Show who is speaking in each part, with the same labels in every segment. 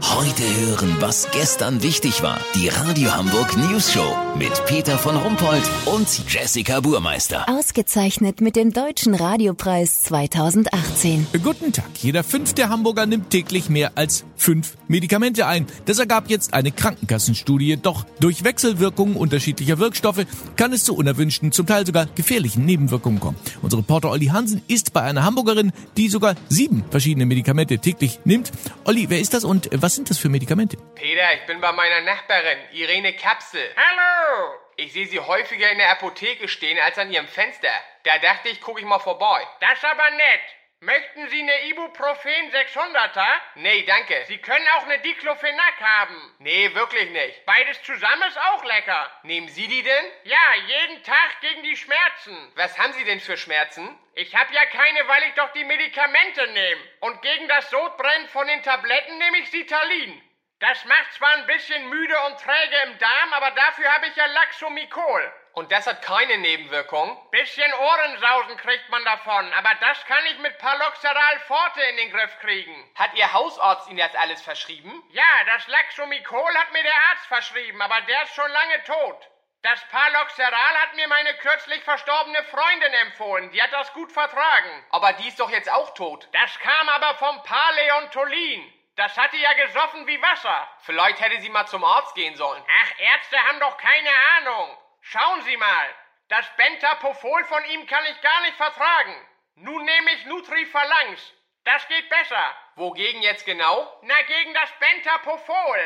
Speaker 1: Heute hören, was gestern wichtig war. Die Radio Hamburg News Show mit Peter von Rumpold und Jessica Burmeister.
Speaker 2: Ausgezeichnet mit dem Deutschen Radiopreis 2018.
Speaker 3: Guten Tag. Jeder fünfte Hamburger nimmt täglich mehr als fünf Medikamente ein. Das ergab jetzt eine Krankenkassenstudie. Doch durch Wechselwirkungen unterschiedlicher Wirkstoffe kann es zu unerwünschten, zum Teil sogar gefährlichen Nebenwirkungen kommen. Unser Reporter Olli Hansen ist bei einer Hamburgerin, die sogar sieben verschiedene Medikamente täglich nimmt. Olli, wer ist das und was sind das für Medikamente?
Speaker 4: Peter, ich bin bei meiner Nachbarin, Irene Kapsel. Hallo! Ich sehe sie häufiger in der Apotheke stehen als an ihrem Fenster. Da dachte ich, gucke ich mal vorbei. Das ist aber nett. Möchten Sie eine Ibuprofen 600er? Nee, danke. Sie können auch eine Diclofenac haben. Nee, wirklich nicht. Beides zusammen ist auch lecker. Nehmen Sie die denn? Ja, jeden Tag gegen die Schmerzen. Was haben Sie denn für Schmerzen? Ich hab ja keine, weil ich doch die Medikamente nehme. Und gegen das Sodbrennen von den Tabletten nehme ich Ritalin. Das macht zwar ein bisschen müde und träge im Darm, aber dafür habe ich ja Laxomicol. Und das hat keine Nebenwirkung? Bisschen Ohrensausen kriegt man davon, aber das kann ich mit Paloxeral Forte in den Griff kriegen. Hat Ihr Hausarzt Ihnen das alles verschrieben? Ja, das Laxomicol hat mir der Arzt verschrieben, aber der ist schon lange tot. Das Paloxeral hat mir meine kürzlich verstorbene Freundin empfohlen. Die hat das gut vertragen. Aber die ist doch jetzt auch tot. Das kam aber vom Paleontolin. Das hatte ja gesoffen wie Wasser. Vielleicht hätte sie mal zum Arzt gehen sollen. Ach, Ärzte haben doch keine Ahnung. Schauen Sie mal. Das Bentapofol von ihm kann ich gar nicht vertragen. Nun nehme ich Nutriphalanx. Das geht besser. Wogegen jetzt genau? Na, gegen das Bentapofol.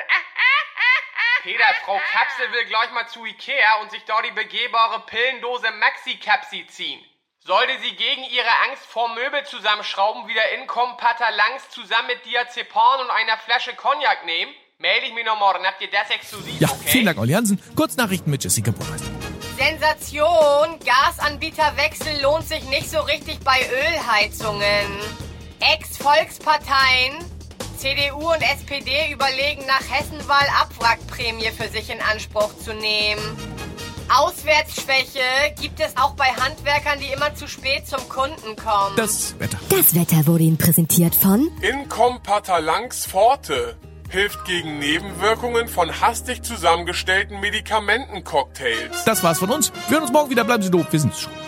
Speaker 4: Peter, Frau Kapsel will gleich mal zu Ikea und sich dort die begehbare Pillendose Maxi-Capsi ziehen. Sollte sie gegen ihre Angst vor Möbelzusammenschrauben wieder Inkompatalangs zusammen mit Diazepam und einer Flasche Cognac nehmen? Melde ich mich noch morgen. Habt ihr das exklusiv,
Speaker 3: Ja,
Speaker 4: okay?
Speaker 3: vielen Dank, Olli Hansen. Kurz Nachrichten mit Jessica Burmeister.
Speaker 5: Sensation! Gasanbieterwechsel lohnt sich nicht so richtig bei Ölheizungen. Ex-Volksparteien, CDU und SPD überlegen nach Hessenwahl Abwrackprämie für sich in Anspruch zu nehmen. Auswärtsschwäche gibt es auch bei Handwerkern, die immer zu spät zum Kunden kommen.
Speaker 3: Das Wetter.
Speaker 6: Das Wetter wurde Ihnen präsentiert von
Speaker 7: Incompatalanx Forte hilft gegen Nebenwirkungen von hastig zusammengestellten Medikamentencocktails.
Speaker 3: Das war's von uns. Wir hören uns morgen wieder. Bleiben Sie doof. Wir sind's schon.